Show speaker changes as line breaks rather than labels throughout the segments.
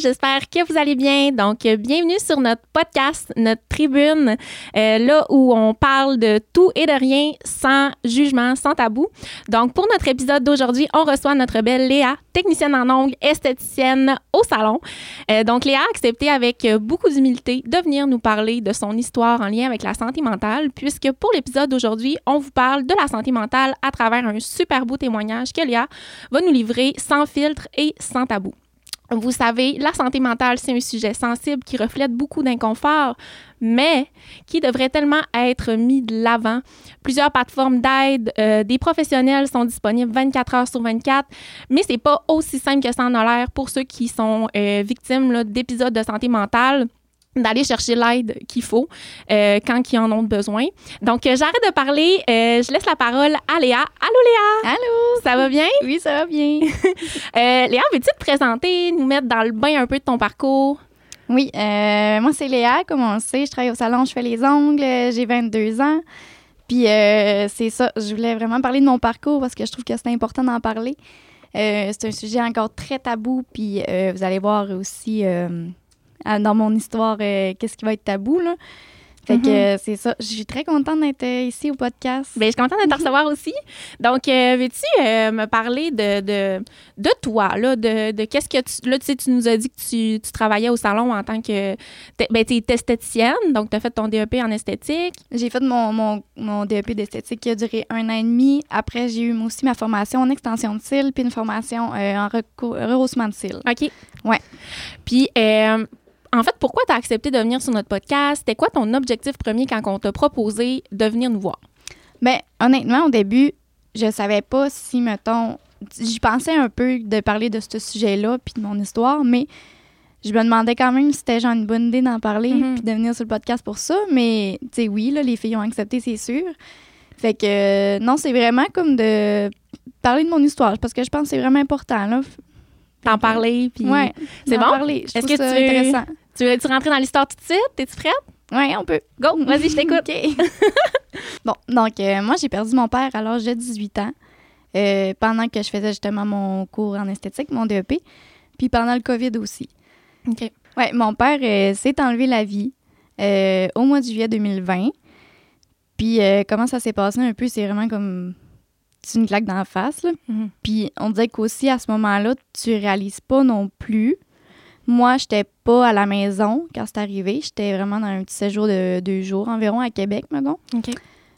J'espère que vous allez bien. Donc, euh, bienvenue sur notre podcast, notre tribune, euh, là où on parle de tout et de rien sans jugement, sans tabou. Donc, pour notre épisode d'aujourd'hui, on reçoit notre belle Léa, technicienne en ongles, esthéticienne au salon. Euh, donc, Léa a accepté avec euh, beaucoup d'humilité de venir nous parler de son histoire en lien avec la santé mentale, puisque pour l'épisode d'aujourd'hui, on vous parle de la santé mentale à travers un super beau témoignage que Léa va nous livrer sans filtre et sans tabou. Vous savez, la santé mentale, c'est un sujet sensible qui reflète beaucoup d'inconfort, mais qui devrait tellement être mis de l'avant. Plusieurs plateformes d'aide, euh, des professionnels sont disponibles 24 heures sur 24, mais c'est pas aussi simple que ça en a l'air pour ceux qui sont euh, victimes là, d'épisodes de santé mentale d'aller chercher l'aide qu'il faut euh, quand ils en ont besoin. Donc, euh, j'arrête de parler. euh, je laisse la parole à Léa. Allô, Léa?
Allô?
Ça va bien?
Oui, ça va bien.
Euh, Léa, veux-tu te présenter, nous mettre dans le bain un peu de ton parcours?
oui, euh, moi, c'est Léa, comme on le sait. Je travaille au salon, je fais les ongles, euh, j'ai 22 ans. Puis euh, c'est ça, je voulais vraiment parler de mon parcours parce que je trouve que c'est important d'en parler. Euh, c'est un sujet encore très tabou, puis euh, vous allez voir aussi euh, à- dans mon histoire euh, qu'est-ce qui va être tabou, là. Fait que
Mhm.
euh, c'est ça. Je suis très contente d'être euh, ici au podcast.
Bien, Ben, je suis contente de te recevoir aussi. Donc, euh, veux-tu euh, me parler de, de, de toi, là, de, de qu'est-ce que tu... Là, tu sais, tu nous as dit que tu, tu travaillais au salon en tant que... t'es- Ben, tu es esthéticienne, donc tu as fait ton DEP en esthétique.
J'ai fait mon, mon, mon DEP d'esthétique qui a duré un an et demi. Après, j'ai eu moi aussi ma formation en extension de cils, puis une formation euh, en recou- rehaussement de cils.
OK.
Ouais.
Puis, euh, en fait, pourquoi tu as accepté de venir sur notre podcast? C'était quoi ton objectif premier quand on t'a proposé de venir nous voir?
Mais honnêtement, au début, je savais pas si, mettons, j'y pensais un peu de parler de ce sujet-là, puis de mon histoire, mais je me demandais quand même si c'était genre une bonne idée d'en parler,
Mhm.
puis de venir sur le podcast pour ça. Mais, tu sais, oui, là, les filles ont accepté, c'est sûr. Fait que, euh, non, c'est vraiment comme de parler de mon histoire, parce que je pense que c'est vraiment important, là.
T'en
que-
parler, puis
Ouais,
c'est
d'en
bon?
parler. Je
Est-ce
trouve
que
ça
tu-
intéressant.
tu veux-tu rentrer dans l'histoire tout de suite? T'es-tu prête?
Ouais, on peut.
Go, vas-y, je t'écoute.
OK. bon, donc, euh, moi, j'ai perdu mon père à l'âge de 18 ans euh, pendant que je faisais justement mon cours en esthétique, mon DEP, puis pendant le COVID aussi.
OK.
Ouais, mon père euh, s'est enlevé la vie euh, au mois de juillet 2020. Puis euh, comment ça s'est passé un peu, c'est vraiment comme... C'est une claque dans la face, là.
Mhm.
Puis on dirait qu'aussi à ce moment-là, tu réalises pas non plus. Moi, j'étais pas à la maison quand c'est arrivé. J'étais vraiment dans un petit séjour de deux jours environ à Québec, mettons.
OK.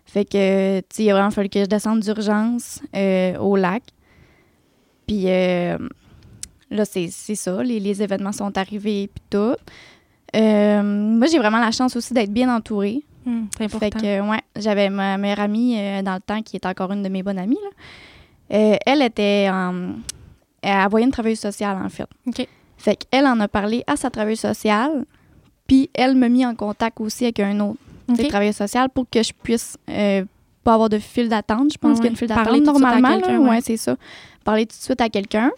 Fait que, tu sais, il a vraiment fallu que je descende d'urgence euh, au lac. Puis euh, là, c'est c'est ça, les, les événements sont arrivés, puis tout. Euh, moi, j'ai vraiment la chance aussi d'être bien entourée.
Hmm, c'est important.
Fait que, ouais, j'avais ma meilleure amie euh, dans le temps qui est encore une de mes bonnes amies. là. Euh, elle était en. Elle voyait une travailleuse sociale, en fait.
OK.
Fait qu'elle en a parlé à sa travailleuse sociale, puis elle m'a mis en contact aussi avec un autre
OK.
tu sais, travailleuse sociale pour que je puisse euh, pas avoir de file d'attente. Je
Ouais,
pense qu'il y a une file
parler
d'attente
tout de suite à
normalement.
quelqu'un,
là.
ouais.
ouais, c'est ça. Parler tout de suite à quelqu'un.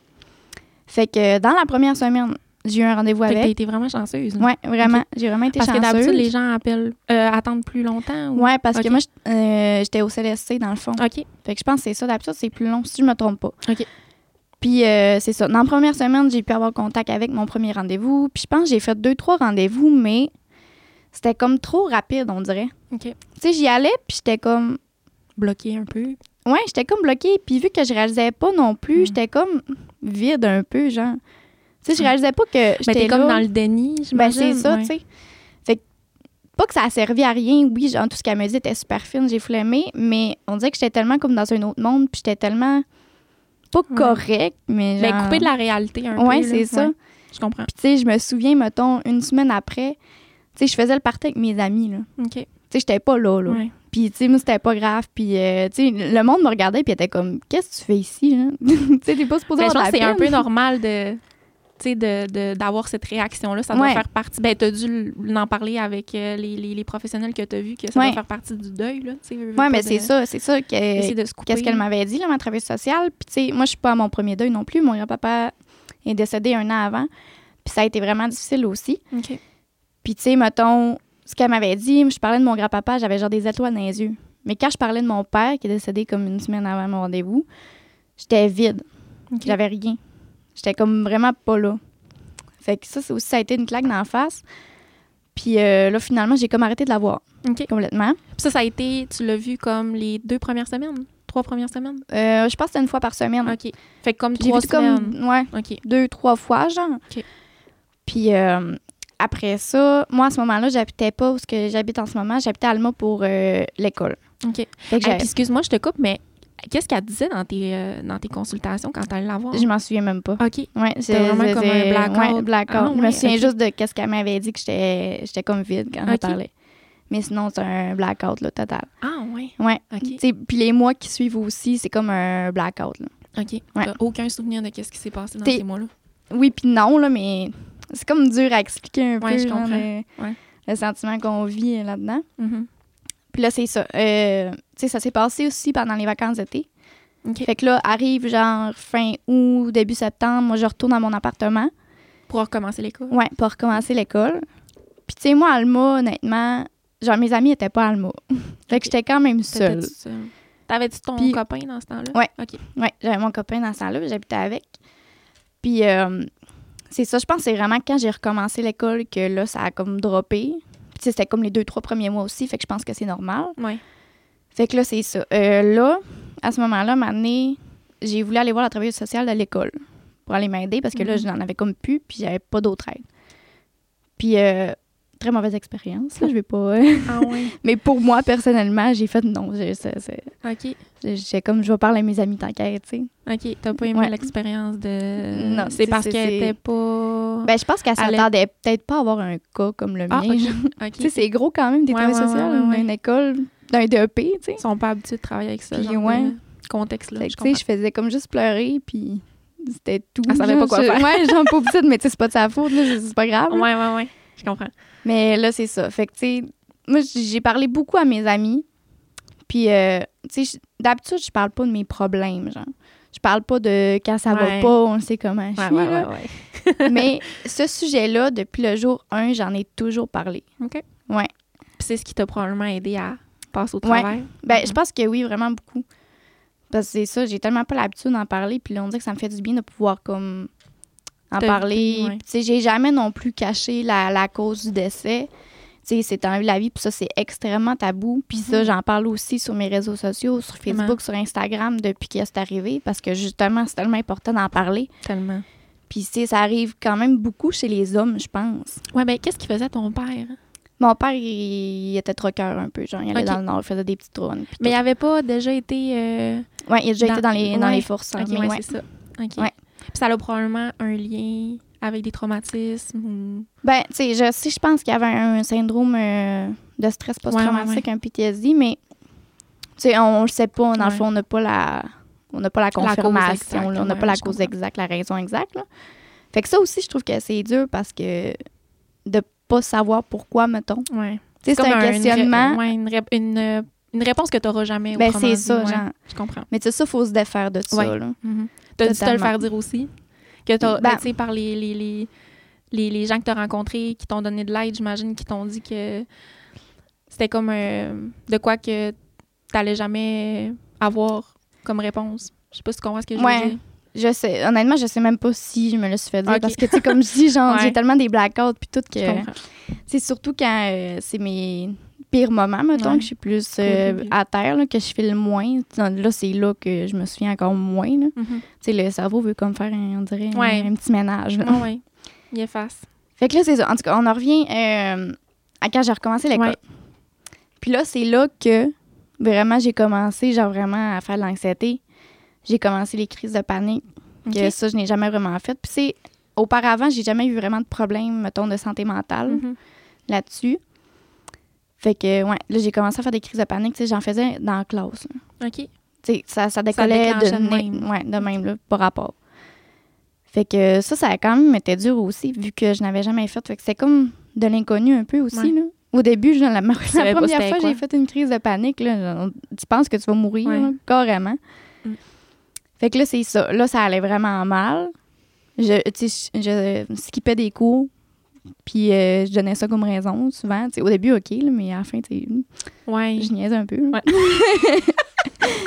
Fait que euh, dans la première semaine, j'ai eu un rendez-vous
Fait que t'as
avec.
été vraiment chanceuse. là.
Ouais, vraiment. J'ai vraiment été
Parce que
chanceuse.
d'habitude, les gens appellent, euh, attendent plus longtemps. ou-
Ouais, parce
Mm. Ok.
que moi, je- euh, j'étais au CLSC dans le fond.
OK.
Fait que je pense que c'est ça. D'habitude, c'est plus long, si je me trompe pas.
OK.
Puis euh, c'est ça. Dans la première semaine, j'ai pu avoir contact avec mon premier rendez-vous. Puis je pense que j'ai fait deux, trois rendez-vous, mais c'était comme trop rapide, on dirait.
OK.
Tu sais, j'y allais, puis j'étais comme.
Bloqué un peu.
Ouais, j'étais comme bloquée. Puis vu que je réalisais pas non plus,
Mm.
j'étais comme vide un peu, genre. Tu sais, je
Mm.
réalisais pas que
Mais
j'étais
t'es comme
là.
dans le déni, j'imagine.
Ben, c'est ça,
Ouais.
tu sais. Fait que, pas que ça a servi à rien. Oui, genre, tout ce qu'elle me dit était super fine, j'ai flemmé, mais on dirait que j'étais tellement comme dans un autre monde, puis j'étais tellement pas
Ouais.
correct, mais genre...
Ben, coupé de la réalité un peu.
Ouais,
là.
c'est ça.
Ouais, Je comprends.
Puis, tu sais, je me souviens, mettons, une semaine après, tu sais, je faisais le party avec mes amis, là.
OK.
Tu sais, j'étais pas là, là.
Ouais.
Puis, tu sais, moi, c'était pas grave. Puis, euh, tu sais, le monde me regardait, puis était comme, qu'est-ce que tu fais ici, là? tu sais, t'es pas supposé
Ben, je
avoir
pense
de
que c'est
la
un
peine.
peu normal de tu sais, de- de- d'avoir cette réaction-là. Ça doit
Ouais.
faire partie. Ben, tu as dû l- en parler avec euh, les, les- les professionnels que tu as vus, que ça doit
Ouais.
faire partie du deuil. Là, tu sais, veux, veux
Ouais,
pas
mais
de-
c'est ça, c'est ça que,
Essayer de se couper.
qu'est-ce qu'elle m'avait dit, là, ma travailleuse sociale. Puis, tu sais, moi, je suis pas à mon premier deuil non plus. Mon grand-papa est décédé un an avant. Puis, ça a été vraiment difficile aussi.
OK.
Puis, tu sais, mettons, ce qu'elle m'avait dit, je parlais de mon grand-papa, j'avais genre des étoiles dans les yeux. Mais quand je parlais de mon père, qui est décédé comme une semaine avant mon rendez-vous, j'étais vide.
OK.
J'avais rien. J'étais comme vraiment pas là. Fait que ça, c'est aussi, ça a été une claque d'en face. Puis euh, là, finalement, j'ai comme arrêté de la voir
OK.
complètement.
Puis ça, ça a été, tu l'as vu comme les deux premières semaines, trois premières semaines.
Euh, je pense que c'était une fois par semaine.
OK. Fait que comme
J'ai
trois
vu
semaines.
comme ouais,
OK.
deux, trois fois, genre.
OK.
Puis euh, après ça, moi, à ce moment-là, j'habitais pas où ce que j'habite en ce moment. J'habitais à Alma pour euh, l'école.
OK.
Fait que
Hey,
j'ai-
puis excuse-moi, je te coupe, mais qu'est-ce qu'elle disait dans tes, euh, dans tes consultations quand t'allais la voir?
je m'en souviens même pas.
OK.
Ouais, j'ai-
Ah. vraiment
j'ai-
comme un blackout.
ouais, blackout.
Ah non,
je me
ouais,
souviens
ok.
juste de qu'est-ce qu'elle m'avait dit que j'étais j'étais comme vide quand
Ok.
elle parlait. Mais sinon, c'est un blackout là, total.
Ah, ouais.
Ouais.
OK.
T'sais, Puis les mois qui suivent aussi, c'est comme un blackout. là.
OK.
Ouais.
T'as aucun souvenir de qu'est-ce qui s'est passé dans
T'es-
ces mois-là.
Oui, puis non, là, mais c'est comme dur à expliquer un
Ouais,
peu
je
genre,
comprends.
le,
Ouais.
le sentiment qu'on vit euh, là-dedans.
Mhm.
Puis là, c'est ça. Euh, tu sais, ça s'est passé aussi pendant les vacances d'été.
OK.
Fait que là, arrive genre fin août, début septembre, moi, je retourne à mon appartement.
Pour recommencer l'école.
Ouais, pour recommencer l'école. Puis tu sais, moi, Alma, honnêtement, genre mes amis étaient pas à Alma. fait
Ok.
que j'étais quand même
T'étais-tu
seule.
seule? T'avais-tu ton
Puis-
copain dans ce temps-là?
Ouais.
OK.
Ouais, j'avais mon copain dans ça là j'habitais avec. Puis euh, c'est ça, je pense que c'est vraiment quand j'ai recommencé l'école que là, ça a comme droppé. Puis tu sais, c'était comme les deux, trois premiers mois aussi, fait que je pense que c'est normal.
Ouais.
Fait que là, c'est ça. Euh, là, à ce moment-là, ma année, j'ai voulu aller voir la travailleuse sociale de l'école pour aller m'aider parce que là,
Mhm.
je n'en avais comme plus, puis j'avais pas d'autre aide. Puis, euh, très mauvaise expérience, là, je vais pas. euh,
Ah, ouais.
Mais pour moi, personnellement, j'ai fait non. je- ça- ça-
OK.
J'ai comme, je vais parler à mes amis tant qu'à être, tu sais.
OK. T'as pas aimé
Ouais.
l'expérience de.
Non,
c'est
c'est-
parce
c'est-
qu'elle
c'est-
était pas.
Ben, je pense qu'elle
Allez.
s'attendait peut-être pas à avoir un cas comme le
ah,
mien. genre.
OK.
Tu sais,
OK.
c'est gros quand même, des
Ouais,
travailleurs
ouais,
sociaux,
ouais, ouais,
d'une école, d'un DEP, tu sais.
Ils sont pas habitués de travailler avec ce
Puis,
genre
ouais.
de contexte-là.
Fait que,
je
tu sais,
comprends.
je faisais comme juste pleurer, puis c'était tout.
Elle savait
Genre,
pas quoi
je-
faire.
Ouais, genre, pauvre petite, mais tu sais, c'est pas de sa faute, là, c'est c'est pas grave. là.
Ouais, ouais, ouais. Je comprends.
Mais là, c'est ça. Fait que, tu sais, moi, j- j'ai parlé beaucoup à mes amis. Puis, euh, tu sais, je- d'habitude, je parle pas de mes problèmes, genre. Je parle pas de quand ça
Ouais.
va pas, on le sait comment je
Ouais,
suis,
ouais,
là.
ouais, ouais.
Mais ce sujet-là, depuis le jour 1, j'en ai toujours parlé.
OK.
Ouais.
Puis c'est ce qui t'a probablement aidé à passer au
Ouais.
travail.
Ben,
Mhm.
je pense que oui, vraiment beaucoup. Parce que c'est ça, j'ai tellement pas l'habitude d'en parler, puis là, on dirait que ça me fait du bien de pouvoir, comme, en
T'as
parler.
vidé, ouais.
Puis, Tu sais, j'ai jamais non plus caché la, la cause du décès. Tu sais, c'est un la vie, puis ça, c'est extrêmement tabou. Puis ça,
Mhm.
j'en parle aussi sur mes réseaux sociaux, sur Facebook,
Vraiment.
sur Instagram, depuis que c'est arrivé, parce que, justement, c'est tellement important d'en parler.
Tellement.
Puis, tu sais, ça arrive quand même beaucoup chez les hommes, je pense.
Ouais, ben, qu'est-ce qui faisait ton père?
Mon père, il, il était troqueur un peu, genre, il allait
Ok.
dans le nord, il faisait des petites trônes.
Mais il avait pas déjà été. euh,
Ouais, il a déjà
Dans-
été dans les, dans
ouais.
les forces
Ok,
armées,
ouais,
ouais.
c'est ça. OK.
Ouais.
Puis ça a probablement un lien avec des traumatismes ou.
Ben, tu sais, je, si je pense qu'il y avait un syndrome euh, de stress post-traumatique, un PTSD, mais tu sais, on, ne le sait pas, dans
Ouais.
le fond, on n'a pas la on n'a pas la
cause
confirmation,
exacte,
là, on n'a
ouais,
pas la
je
cause
comprends.
exacte, la raison exacte. là. Fait que ça aussi, je trouve que c'est dur parce que de pas savoir pourquoi, mettons.
Ouais.
Tu sais, c'est
comme
un
une ré-
questionnement.
ouais, une, ré- une, euh, une réponse que tu n'auras jamais.
ben,
autrement
c'est
dit,
ça,
ouais.
genre.
Je comprends.
Mais tu sais, ça, faut se défaire de ça,
Ouais.
là.
Tu as dû te le
Mhm. Totalement.
faire dire aussi. Que t'as-
Ben-
tu sais, par les, les, les, les, les gens que tu as rencontrés, qui t'ont donné de l'aide, j'imagine, qui t'ont dit que c'était comme euh, de quoi que tu n'allais jamais avoir comme réponse. Je sais pas si tu comprends ce que je
Ouais.
veux dire.
Je sais, honnêtement, je sais même pas si je me le suis fait dire
Ok.
parce que, tu sais, comme je dis, genre,
Ouais.
j'ai tellement des blackouts puis tout que.
Je comprends.
C'est surtout quand euh, c'est mes pires moments, mettons,
Ouais.
que je suis plus euh,
Au début.
à terre, là, que je file moins. Dans- Là, c'est là que je me souviens encore moins. là.
Mhm.
Tu sais, le cerveau veut comme faire, un, on dirait, un-
Ouais.
un, petit ménage. là.
Ouais, Ah ouais. Il efface.
Fait que là, c'est ça. En tout cas, on en revient euh, à quand j'ai recommencé l'école.
Ouais.
Puis là, c'est là que vraiment j'ai commencé, genre vraiment à faire de l'anxiété. J'ai commencé les crises de panique,
OK.
que ça, je n'ai jamais vraiment fait. Puis c'est, auparavant, j'ai jamais eu vraiment de problème, mettons, de santé mentale
Mhm.
là-dessus. Fait que, ouais, là, j'ai commencé à faire des crises de panique. Tu sais, j'en faisais dans la classe. là.
OK.
Tu sais, ça, ça décollait
déclenchait de
de, nez-
même.
Ouais, de même, là, par rapport. Fait que ça, ça a quand même été dur aussi, vu que je n'avais jamais fait. Fait que c'était comme de l'inconnu un peu aussi,
Ouais.
là. Au début, je- la, la
savais pas
première
c'était
fois,
quoi.
j'ai fait une crise de panique, là. on- Tu penses que tu vas mourir,
Ouais.
là, carrément.
Mm.
Fait que là, c'est ça. Là, ça allait vraiment mal. Je, tu sais, je, je skippais des cours, puis euh, je donnais ça comme raison, souvent. Tu sais, au début, OK, là, mais à la fin, tu sais,
Ouais.
je niaise un peu. là.
Ouais.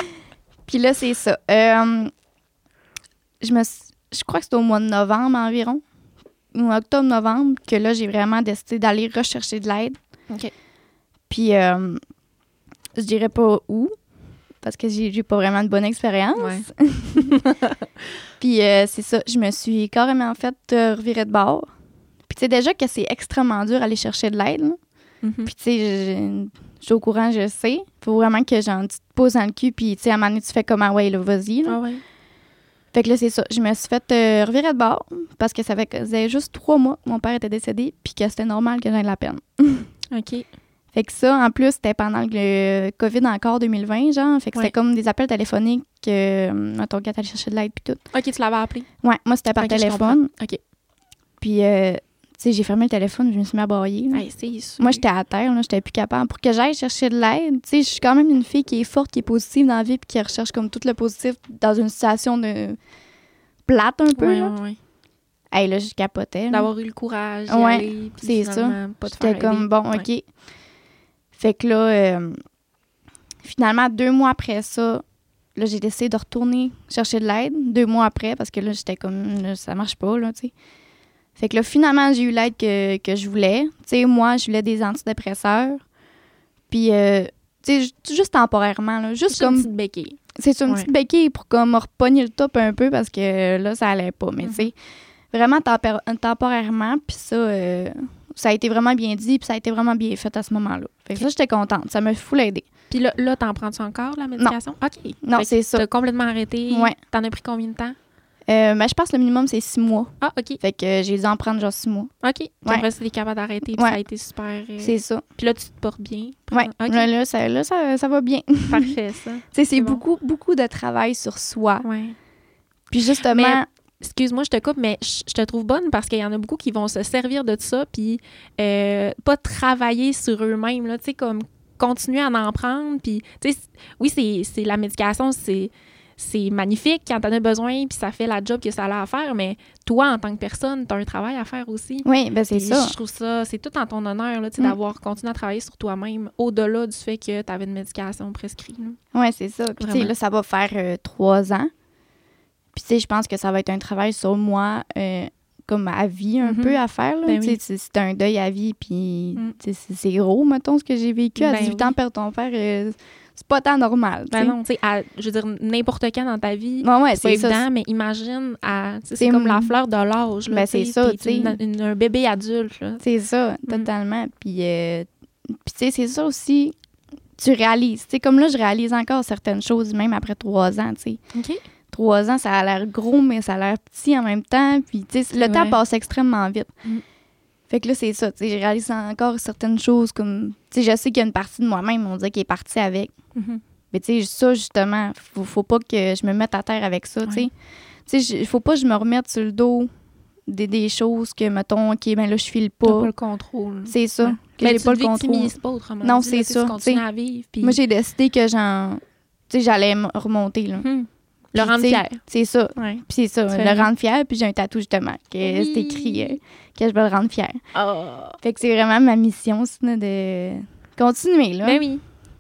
Puis là, c'est ça. Euh, je, me, s- je crois que c'était au mois de novembre environ. ou octobre-novembre que là, j'ai vraiment décidé d'aller rechercher de l'aide.
OK.
Puis, euh, je dirais pas où, parce que j'ai j'ai pas vraiment de bonne expérience.
Ouais.
Puis, euh, c'est ça, je me suis carrément fait euh, revirer de bord. Puis, tu sais, déjà que c'est extrêmement dur aller chercher de l'aide. là.
Mhm.
Puis, tu sais, je- je suis au courant, je sais. Faut vraiment que j'ai une petite pause dans le cul. Puis, tu sais, à un moment donné, tu fais comme, ah ouais, là, vas-y. là.
Ah ouais.
Fait que là, c'est ça. Je me suis fait euh, revirer de bord parce que ça fait- faisait juste trois mois que mon père était décédé puis que c'était normal que j'aie de la peine.
OK.
Fait que ça, en plus, c'était pendant le COVID encore 2020, genre. Fait que
Ouais.
c'était comme des appels téléphoniques, euh, mettons, quand t'allais chercher de l'aide puis tout.
OK, tu l'avais appelé.
Ouais, moi, c'était par
Ok, je
téléphone.
comprends. Ok.
Puis, euh, tu sais, j'ai fermé le téléphone, je me suis mis à brailler. là.
Hey, c'est sûr.
Mm. Moi, j'étais à terre, là, j'étais plus capable. Pour que j'aille chercher de l'aide, tu sais, je suis quand même une fille qui est forte, qui est positive dans la vie puis qui recherche comme tout le positif dans une situation de plate un peu,
Ouais,
là.
ouais, ouais.
Hey, là, je capotais. là.
D'avoir eu le courage. d'y
Ouais,
aller, puis
c'est
finalement, Pas te
J'étais
faire
comme,
aider.
bon,
Ouais.
OK. Fait que là, euh, finalement, deux mois après ça, là, j'ai décidé de retourner chercher de l'aide, deux mois après, parce que là, j'étais comme, là, ça marche pas, là, tu sais. Fait que là, finalement, j'ai eu l'aide que, que je voulais. Tu sais, moi, je voulais des antidépresseurs. Puis, euh, tu sais, ju- juste temporairement, là, juste
Juste comme une petite
comme
béquille.
c'est une
Ouais.
petite béquille pour comme me repogner le top un peu parce que euh, là, ça allait pas. Mais
Mhm.
tu sais, vraiment tempér- temporairement, puis ça, euh, ça a été vraiment bien dit, puis ça a été vraiment bien fait à ce moment-là. Fait que ça, j'étais contente. Ça me fout l'aider.
Puis là, là t'en prends-tu encore, la médication? OK.
Non,
Fait que
c'est ça.
T'as complètement arrêté.
Ouais.
T'en as pris combien de temps?
Euh, mais je pense que le minimum, c'est six mois.
Ah, OK.
Fait que euh, j'ai dû en prendre genre six mois.
OK. Puis
Ouais.
après, t'es capable d'arrêter. puis
Ouais.
Ça a été super. euh,
C'est ça.
Puis là, tu te portes bien.
Ouais.
Ah, Ok.
Là, là, ça, là, ça, ça va bien. tu
Parfait, ça.
sais, c'est
bon.
beaucoup, beaucoup de travail sur soi.
Ouais.
Puis justement,
Mais- Excuse-moi, je te coupe, mais je je te trouve bonne parce qu'il y en a beaucoup qui vont se servir de ça puis euh, pas travailler sur eux-mêmes, là, tu sais, comme continuer à en prendre. Puis, tu sais, c- oui, c'est- c'est la médication, c'est c'est magnifique quand t'en as besoin puis ça fait la job que ça a à faire, mais toi, en tant que personne, t'as un travail à faire aussi.
oui, ben c'est
Puis
ça.
Je trouve ça, c'est tout en ton honneur, là, tu sais,
Mm.
d'avoir continué à travailler sur toi-même au-delà du fait que t'avais une médication prescrite. là.
Oui, c'est ça. Puis, tu sais,
Vraiment.
là, ça va faire euh, trois ans. Puis, tu sais, je pense que ça va être un travail sur moi, euh, comme à vie, un
Mhm.
peu à faire. là.
Ben
Tu sais,
oui.
c'est- c'est un deuil à vie, puis
Mm.
tu sais, c'est c'est gros, mettons, ce que j'ai vécu. À
Ben
18
oui.
ans, perdre ton père, euh, c'est pas tant normal.
Ben
tu sais.
non, tu sais, à- je veux dire, n'importe quand dans ta vie,
Ouais, ouais,
c'est pas
c'est ça.
évident, mais imagine, à, tu sais, c'est
C'est-
comme la fleur de l'âge. là,
Ben,
tu sais,
c'est ça,
t'es
tu sais.
une- une- Un bébé adulte. là.
C'est ça,
Mm.
totalement. Puis, euh, puis tu sais, c'est ça aussi, tu réalises. Tu sais, comme là, je réalise encore certaines choses, même après trois ans, tu sais. trois ans, ça a l'air gros, mais ça a l'air petit en même temps. Puis, tu sais, le temps
Ouais.
passe extrêmement vite.
Mm.
Fait que là, c'est ça. Tu sais, je réalise encore certaines choses comme. Tu sais, je sais qu'il y a une partie de moi-même, on dirait, qui est partie avec.
Mhm.
Mais, tu sais, ça, justement, faut, faut pas que je me mette à terre avec ça, tu sais.
Ouais.
Tu sais, je- faut pas que je me remette sur le dos des, des choses que, mettons, OK, ben là, je file
T'as
pas.
pas le contrôle.
C'est ça.
Ouais. Ben,
Que j'ai pas le contrôle.
pas autrement.
Non,
dit, là,
c'est
tu sais,
ça,
Tu
tu
continues
sais.
à vivre. puis-
Moi, j'ai décidé que j'en. Tu sais, j'allais me remonter, là.
Mhm. Le
Puis,
rendre
tu sais,
fier.
C'est ça.
Ouais.
Puis c'est ça,
Tu fais
le
bien.
rendre fier. Puis j'ai un tatou justement, que
Oui.
c'est écrit euh, que je veux le rendre fier. Fait que c'est vraiment ma mission, c'est de continuer, là.
Ben oui.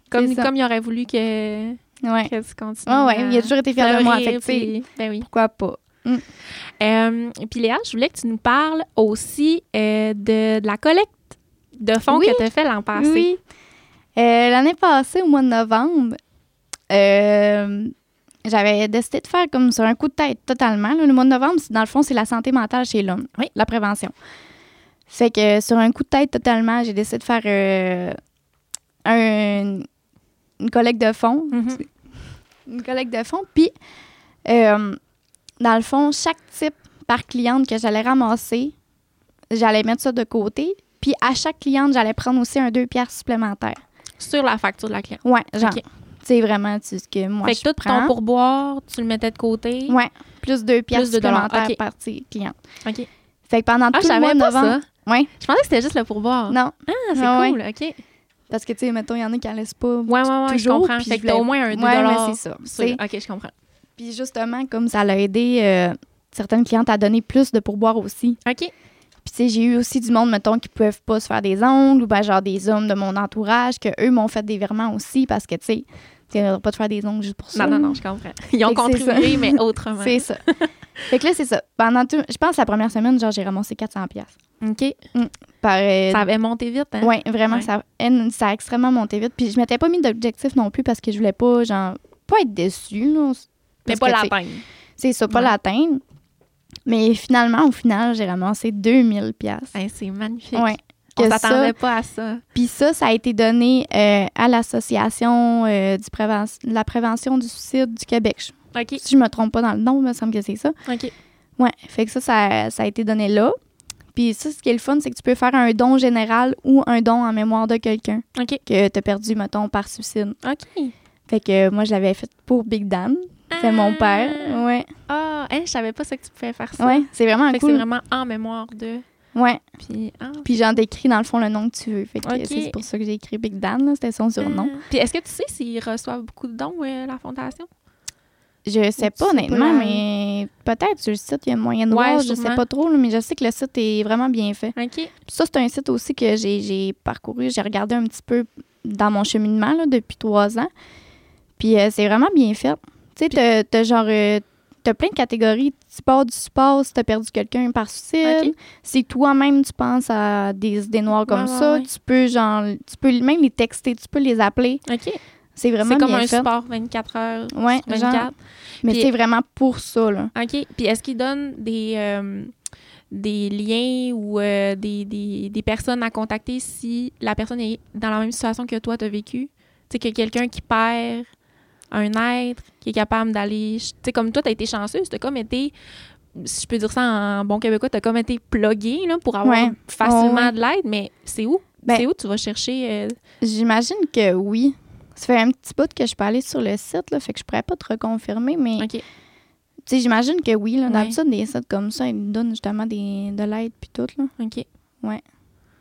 Comme,
ça.
comme il aurait voulu que,
Ouais. Ah,
que tu continues.
Ouais, ouais, il a toujours été fier de moi, fait que, tu sais,
affecté. Ben oui. Mm.
pourquoi pas.
Euh, puis Léa, je voulais que tu nous parles aussi euh, de, de la collecte de fonds
Oui.
que tu as fait l'an passé.
Oui. Euh, L'année passée, au mois de novembre, euh, j'avais décidé de faire comme sur un coup de tête totalement. là. Le mois de novembre, c'est- dans le fond, c'est la santé mentale chez l'homme,
Oui.
la prévention. Fait que euh, sur un coup de tête totalement, j'ai décidé de faire euh, un- une collecte de fonds
Mhm.
une collecte de fonds. Puis, euh, dans le fond, chaque type par cliente que j'allais ramasser, j'allais mettre ça de côté. Puis, à chaque cliente, j'allais prendre aussi un 2 piastres supplémentaire.
Sur la facture de la cliente.
Ouais, genre.
Ok.
Tu sais, vraiment, tu ce que moi,
fait
je
que tout ton
prends.
pourboire, tu le mettais de côté.
Ouais, plus 2 piastres
de dollars,
supplémentaires
ok.
par ti- cliente.
OK.
Fait que pendant
Ah, je
tout le mois
savais
de
pas
novembre...
ça.
Ouais.
Je pensais que c'était juste le pourboire.
Non,
Ah, c'est
Ah ouais.
cool. OK. Ouais,
parce que, tu sais, mettons, il y en a qui en laissent pas
ouais, ouais,
toujours.
je comprends.
puis
Fait
je
que t'as au
voulais-
moins un 2
Ouais, mais c'est ça. tu
sur-
sais.
OK, je comprends.
Puis justement, comme ça l'a aidé euh, certaines clientes à donner plus de pourboire aussi.
OK.
Puis, tu sais, j'ai eu aussi du monde, mettons, qui peuvent pas se faire des ongles ou ben, genre des hommes de mon entourage, que eux m'ont fait des virements aussi parce que, tu sais, Tu n'auras pas de faire des ongles juste pour ça.
Non, non, non, je comprends. Ils ont
Fait que c'est
contribué, mais autrement.
C'est ça. fait que là, c'est ça. Pendant tout, je pense la première semaine, genre, j'ai ramassé 400 pièces.
OK.
Par, euh,
Ça avait monté vite, hein?
ouais, vraiment,
Ouais.
Ça, elle, ça a extrêmement monté vite. Puis je m'étais pas mis d'objectif non plus parce que je voulais pas, genre, pas être déçue. là.
mais
Parce
pas
que, tu sais,
l'atteindre.
C'est ça, pas
Ouais.
l'atteindre. Mais finalement, au final, j'ai ramassé 2000 pièces.
Hein, c'est magnifique.
Ouais.
On
Que
s'attendait
ça-
pas à ça.
Puis ça, ça a été donné euh, à l'association euh, du préven- la prévention du suicide du Québec. Je-
OK.
Si je me trompe pas dans le nom, il me semble que c'est ça.
OK.
Ouais, fait que ça, ça, ça a été donné là. Puis ça, ce qui est le fun, c'est que tu peux faire un don général ou un don en mémoire de quelqu'un
OK.
que t'as perdu, mettons, par suicide.
OK.
Fait que euh, moi, je l'avais fait pour Big Dan. C'est mon père. Ouais,
Ah, hein, je savais pas ça que tu pouvais faire Ah! ça.
ouais. C'est vraiment
Fait que
cool.
c'est vraiment en mémoire de.
Ouais.
Puis, ah,
Puis j'en décris dans le fond le nom que tu veux. Fait que
Ok.
c'est pour ça que j'ai écrit Big Dan, là. C'était son surnom.
ah. Puis est-ce que tu sais s'ils reçoivent beaucoup de dons, euh, la fondation?
Je sais pas,
sais pas la-
honnêtement, mais peut-être sur le site, il y a moyen de
Ouais,
voir. Je sais
sûrement.
pas trop, là, mais je sais que le site est vraiment bien fait.
OK.
Puis ça, c'est un site aussi que j'ai, j'ai parcouru, j'ai regardé un petit peu dans mon cheminement là, depuis trois ans. Puis euh, c'est vraiment bien fait. Tu sais, t'as, t'as genre. euh, t'as plein de catégories. Tu pars du sport si t'as perdu quelqu'un par suicide.
Ok.
Si toi-même tu penses à des idées noires comme
Ouais, ouais,
ça,
ouais.
tu peux genre. Tu peux même les texter, tu peux les appeler.
OK.
C'est vraiment
C'est comme
bien
un
fait.
sport 24 heures.
Ouais,
sur 24.
genre. Mais
Puis-
c'est vraiment pour ça, là.
OK. Puis est-ce qu'ils donnent des, euh, des liens ou euh, des, des- des personnes à contacter si la personne est dans la même situation que toi, tu as vécu? Tu sais, que quelqu'un qui perd un être, qui est capable d'aller. Tu sais, comme toi, tu as été chanceuse, tu as comme été. Si je peux dire ça en bon québécois, tu as comme été plugué là, pour avoir
Ouais.
facilement
Ouais, ouais.
de l'aide, mais c'est où?
Ben-
c'est où tu vas chercher? euh,
J'imagine que oui. Ça fait un petit bout que je peux aller sur le site, là, fait que je pourrais pas te reconfirmer, mais
OK.
Tu sais, j'imagine que oui, là.
Ouais.
D'habitude, des sites comme ça, ils me donnent justement des, de l'aide puis tout, là.
OK.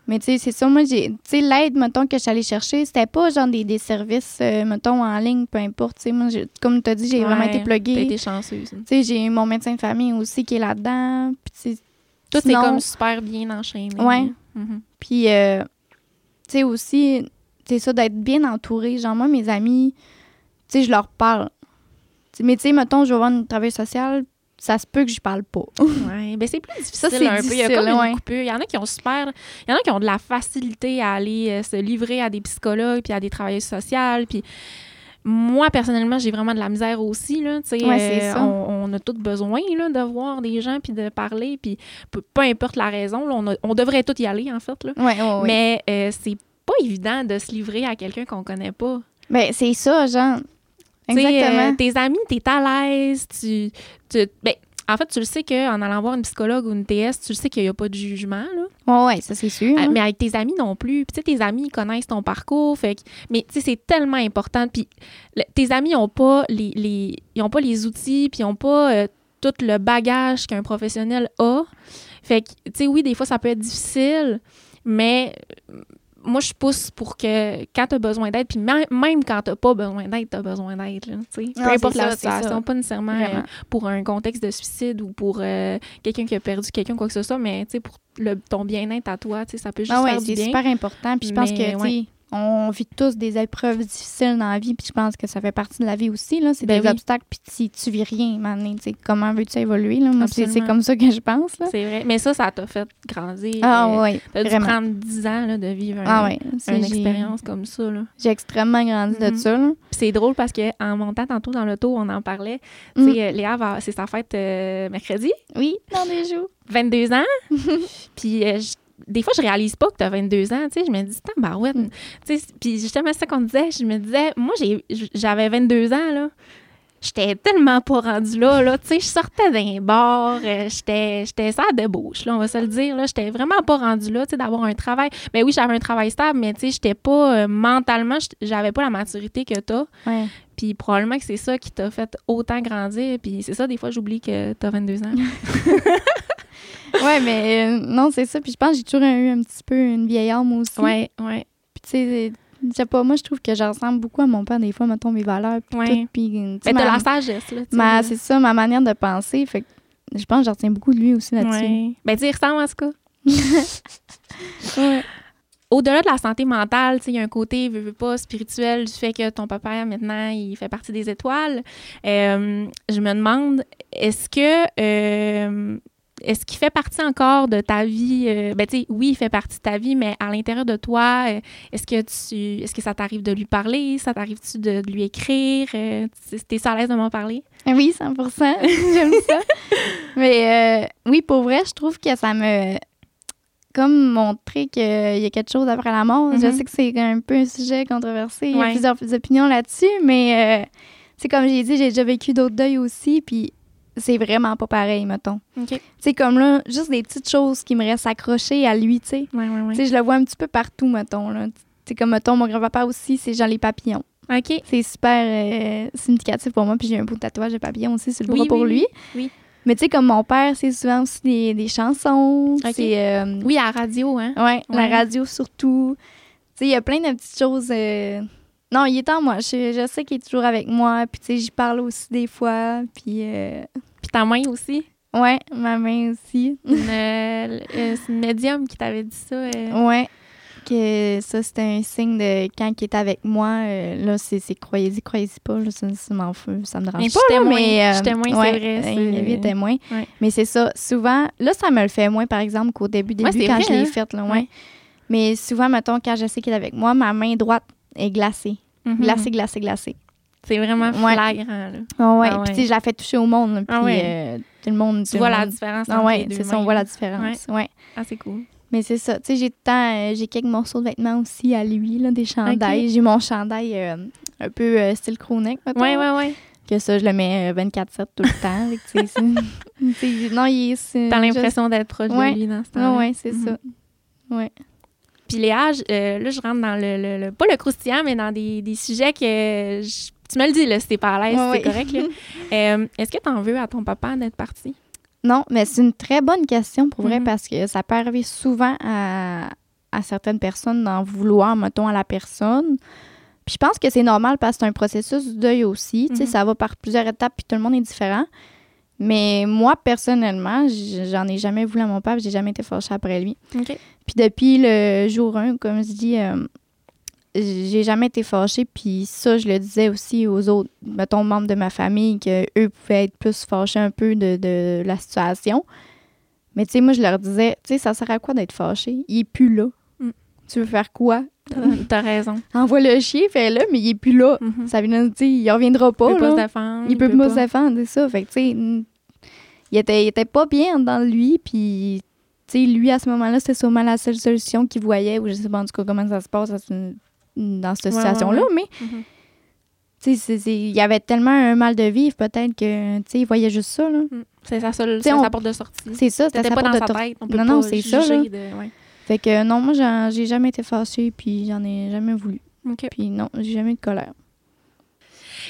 Mais tu sais, c'est ça, moi, j'ai... Tu sais, l'aide, mettons, que je suis allée chercher, c'était pas genre des, des services, euh, mettons, en ligne, peu importe. Tu sais, moi, j'ai- comme tu as dit, j'ai vraiment
Ouais,
été
Tu as
pluguée.
été
Tu
chanceuse.
sais, j'ai mon médecin de famille aussi qui est là-dedans. Puis, tu sais,
Toi, c'est
Sinon-
comme super bien enchaîné.
Ouais.
Mhm.
puis euh, tu sais, aussi, c'est ça, d'être bien entourée. Genre, moi, mes amis, tu sais, je leur parle. Tu sais, Mais tu sais, mettons, je vais voir une travail sociale, ça se peut que je parle pas.
Ouais, ben c'est plus difficile
Ça, c'est
un peu. Il y a comme
difficile, ouais.
une coupure. Il y en a qui ont super. Il y en a qui ont de la facilité à aller euh, se livrer à des psychologues puis à des travailleurs sociaux. Puis moi, personnellement, j'ai vraiment de la misère aussi. Là, tu sais,
Ouais, c'est
euh,
ça.
on, on a tous besoin là, de voir des gens puis de parler. Puis peu, peu importe la raison, là, on, a- on devrait tous y aller, en fait. Là.
Ouais, ouais, ouais.
Mais euh, c'est pas évident de se livrer à quelqu'un qu'on connaît pas.
Ben, c'est ça, genre.
Tu sais,
Exactement.
euh, tes amis, t'es à l'aise. Tu, tu- ben, en fait, tu le sais qu'en allant voir une psychologue ou une TS, tu le sais qu'il n'y a pas de jugement. Là.
Ouais, ouais, ça c'est sûr.
Ah,
hein.
Mais avec tes amis non plus. Puis, tu sais, tes amis ils connaissent ton parcours. Fait que, mais tu sais, c'est tellement important. Puis, le- tes amis n'ont pas les, les- ils ont pas les outils, puis ils n'ont pas euh, tout le bagage qu'un professionnel a. Fait que, tu sais, oui, des fois, ça peut être difficile, mais euh, moi, je pousse pour que quand tu as besoin d'aide, puis même, même quand tu pas besoin d'aide, tu as besoin d'aide. là, tu sais.
Non,
Peu importe
Ah, c'est
la
ça, c'est
situation,
ça.
pas nécessairement euh,
Vraiment.
pour un contexte de suicide ou pour euh, quelqu'un qui a perdu quelqu'un, quoi que ce soit, mais tu sais, pour le, ton bien-être à toi, tu sais, ça peut juste
Ah ouais,
faire du
c'est
bien.
super important. Puis je pense
Mais,
que, tu
ouais.
sais, on vit tous des épreuves difficiles dans la vie. Puis je pense que ça fait partie de la vie aussi. là. C'est
Ben
des
oui.
obstacles. Puis si tu vis rien, maintenant, tu sais, comment veux-tu évoluer? Là? Moi, c'est- c'est
Absolument.
comme ça que je pense. Là.
C'est vrai. Mais ça, ça t'a fait grandir.
Ah
Euh,
ouais,
T'as dû
vraiment.
prendre 10 ans là, de vivre un-
Ah ouais. c'est-
une
j'ai-
expérience comme ça. là.
J'ai extrêmement grandi
Mhm.
de ça. là.
Puis c'est drôle parce qu'en montant tantôt dans l'auto, on en parlait. Tu
Mm.
sais, euh, Léa, va- c'est sa fête euh, mercredi,
Oui, dans des jours.
22 ans. Puis euh, je- des fois, je réalise pas que t'as 22 ans. Tu sais, je me dis, tabarouette.
Mm.
Tu sais, puis justement, c'est ça qu'on disait. Je me disais, moi, j'ai- j'avais 22 ans, là. J'étais tellement pas rendue là, là. Tu sais, je sortais d'un bar, euh, j'étais j'étais ça de débauche, là, on va se le dire, là. J'étais vraiment pas rendue là, tu sais, d'avoir un travail. Mais oui, j'avais un travail stable, mais tu sais, j'étais pas euh, mentalement, j't- j'avais pas la maturité que t'as.
Ouais.
Puis probablement que c'est ça qui t'a fait autant grandir. Puis c'est ça, des fois, j'oublie que t'as 22 ans.
ouais, mais euh, non, c'est ça. Puis je pense que j'ai toujours eu un petit peu une vieille âme aussi.
ouais, ouais.
Puis tu sais, je sais pas, moi, je trouve que je ressemble beaucoup à mon père. Des fois, mettons mes valeurs. Puis
Ouais.
tout. Puis, tu sais,
Mais t'as
ma-
la sagesse, là. tu sais,
Ma-
là.
c'est ça, ma manière de penser. Fait que je pense que j'en retiens beaucoup de lui aussi là-dessus.
Ouais. Ben, tu y ressembles en tout cas.
Ouais.
au-delà de la santé mentale, tu sais, il y a un côté, veux, veux pas, spirituel du fait que ton papa, maintenant, il fait partie des étoiles. Euh, je me demande, est-ce que. euh, est-ce qu'il fait partie encore de ta vie? euh, ben, tu sais, oui, il fait partie de ta vie, mais à l'intérieur de toi, euh, est-ce que tu, est-ce que ça t'arrive de lui parler? Ça t'arrive-tu de, de lui écrire? Euh, tu- T'es-tu à l'aise de m'en parler?
Ah Oui, 100 J'aime ça. Mais euh, oui, pour vrai, je trouve que ça me. Comme montrer qu'il y a quelque chose après la mort. Je
Mhm.
sais que c'est un peu un sujet controversé. Il y a
Ouais.
plusieurs opinions là-dessus, mais euh, c'est comme j'ai dit, j'ai déjà vécu d'autres deuils aussi, puis c'est vraiment pas pareil, mettons.
OK. Ouais,
Tu sais, comme là, juste des petites choses qui me restent accrochées à lui, tu sais.
ouais, ouais.
Tu sais, je le vois un petit peu partout, mettons. Là. Tu sais, comme, mettons, mon grand-papa aussi, c'est genre les papillons.
OK.
C'est super euh, significatif pour moi. Puis j'ai un beau tatouage de papillon aussi sur le
Oui,
bras pour
oui,
lui.
oui.
Mais tu sais, comme mon père, c'est souvent aussi des, des chansons.
Ok.
C'est, euh,
Oui, à la radio, hein?
ouais,
Ouais.
la radio surtout. Tu sais, il y a plein de petites choses. euh, Non, il est en moi. Je, je sais qu'il est toujours avec moi. Puis tu sais, j'y parle aussi des fois. Puis euh,
Puis ta main aussi.
ouais, ma main aussi.
Une, euh, euh, c'est une médium qui t'avait dit ça. euh.
Ouais. Que ça, c'était un signe de quand il est avec moi. euh, là, c'est c'est croyez-y, croyez-y pas. Là, ça, ça m'en fout, ça me dérange
Mais je suis
euh, pas. là,
témoin,
mais,
je suis témoin, c'est vrai, c'est-
Il y avait témoin.
Ouais.
Mais c'est ça. Souvent, là, ça me le fait moins, par exemple, qu'au début,
Ouais,
début
c'est
quand
vrai,
je l'ai
hein.
fait. Là, ouais.
Ouais.
Mais souvent, mettons, quand je sais qu'il est avec moi, ma main droite est glacée.
Mhm.
Glacée, glacée, glacée.
C'est vraiment
Ouais.
flagrant. là.
Ah ouais.
Ah ouais.
Puis, tu sais, je la fais toucher au monde. là, Puis,
Ah ouais.
euh, tout le monde.
Tu vois la différence entre
Ah ouais,
les deux
c'est ça, on
mains.
voit la différence. ouais.
Ah, c'est cool.
Mais c'est ça. Tu sais, j'ai tant, euh, j'ai quelques morceaux de vêtements aussi à lui, là, des chandails. J'ai mon chandail euh, un peu euh, style crewneck, mettons.
Ouais, ouais, ouais.
Que ça, je le mets euh, 24-7 tout le temps. Fait que, tu sais, c'est- tu sais, non, il est... c'est
T'as
Euh, juste-
l'impression Mhm. d'être proche
Ouais.
de lui dans ce temps-là.
Ah ouais, c'est ça.
Puis Léa, je- euh, là, je rentre dans le, le- le- pas le croustillant, mais dans des, des sujets que je- tu me le dis, là, si t'es pas à l'aise,
Ouais,
c'est
ouais.
correct. là. Euh, Est-ce que t'en veux à ton papa d'être parti?
Non, mais c'est une très bonne question pour vrai
Mhm.
parce que ça peut arriver souvent à, à certaines personnes d'en vouloir, mettons, à la personne. Puis je pense que c'est normal parce que c'est un processus de deuil aussi. Tu sais,
Mhm.
ça va par plusieurs étapes puis tout le monde est différent. Mais moi, personnellement, j- j'en ai jamais voulu à mon père, puis j'ai jamais été fâchée après lui.
OK.
Puis depuis le jour 1, comme je dis, euh, j'ai jamais été fâchée. Puis ça, je le disais aussi aux autres, mettons, membres de ma famille, que eux pouvaient être plus fâchés un peu de, de la situation. Mais tu sais, moi, je leur disais, tu sais, ça sert à quoi d'être fâché? Il est plus là.
Mm.
Tu veux faire quoi? Euh,
T'as- T'as raison.
Envoie le chien, fais-le, mais il est plus là.
Mhm.
Ça veut dire, tu sais, il reviendra pas.
Il peut pas se
là.
défendre.
il peut pas se
pas.
défendre, c'est ça. Fait que, tu sais, mm, il était, il était pas bien dans lui, puis, tu sais, lui, à ce moment-là, c'était sûrement la seule solution qu'il voyait, ou je sais pas, en tout cas, comment ça se passe dans, une- dans cette
Ouais, ouais,
situation-là,
ouais.
mais,
Mhm.
tu sais, c'est- c'est- il y avait tellement un mal de vivre, peut-être que, tu sais, il voyait juste ça, là.
Mm. C'est sa seule
T'sais,
c'est
on-
sa porte de sortie.
C'est ça, c'était
C'était
sa
pas
porte
dans sa
de tor-
tête. On peut
Non,
pas
non, c'est ça, là.
juger de- ouais.
Fait que, non, moi, j'en- j'ai jamais été fâchée, puis j'en ai jamais voulu.
OK.
Puis, non, j'ai jamais eu de colère.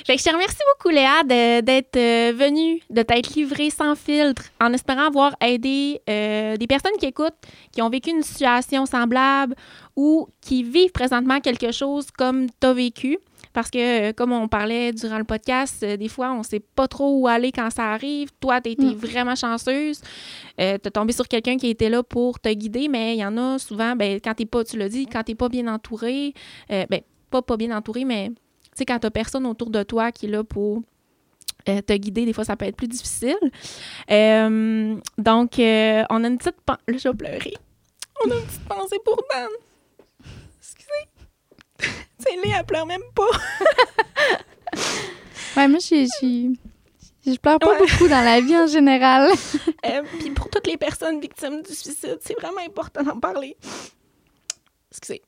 Fait que je te remercie beaucoup, Léa, de- d'être euh, venue, de t'être livrée sans filtre, en espérant avoir aidé euh, des personnes qui écoutent, qui ont vécu une situation semblable ou qui vivent présentement quelque chose comme tu as vécu. Parce que, euh, comme on parlait durant le podcast, euh, des fois, on sait pas trop où aller quand ça arrive. Toi, tu été
Mm.
vraiment chanceuse. Euh, tu tombé sur quelqu'un qui était là pour te guider, mais il y en a souvent, ben, quand t'es pas, tu l'as dit, quand tu pas bien entouré, euh, ben, pas, pas bien entouré, mais tu sais, quand t'as personne autour de toi qui est là pour euh, te guider, des fois, ça peut être plus difficile. Euh, donc, euh, on a une petite... pen- Là, je vais pleurer. On a une petite pensée pour Dan. Excusez. C'est Léa, elle pleure même pas.
Ouais, moi, j'ai- j'ai- je pleure pas
Ouais.
beaucoup dans la vie en général.
Euh, Puis pour toutes les personnes victimes du suicide, c'est vraiment important d'en parler. Excusez.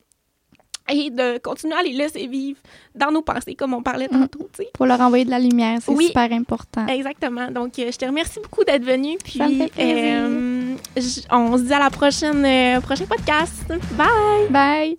Et de continuer à les laisser vivre dans nos pensées, comme on parlait
Mm.
tantôt, tu sais.
Pour leur envoyer de la lumière, c'est
Oui.
super important.
Exactement. Donc, euh, je te remercie beaucoup d'être venue. Puis,
Ça me fait plaisir.
euh, j- on se dit à la prochaine, euh, prochain podcast. Bye!
Bye!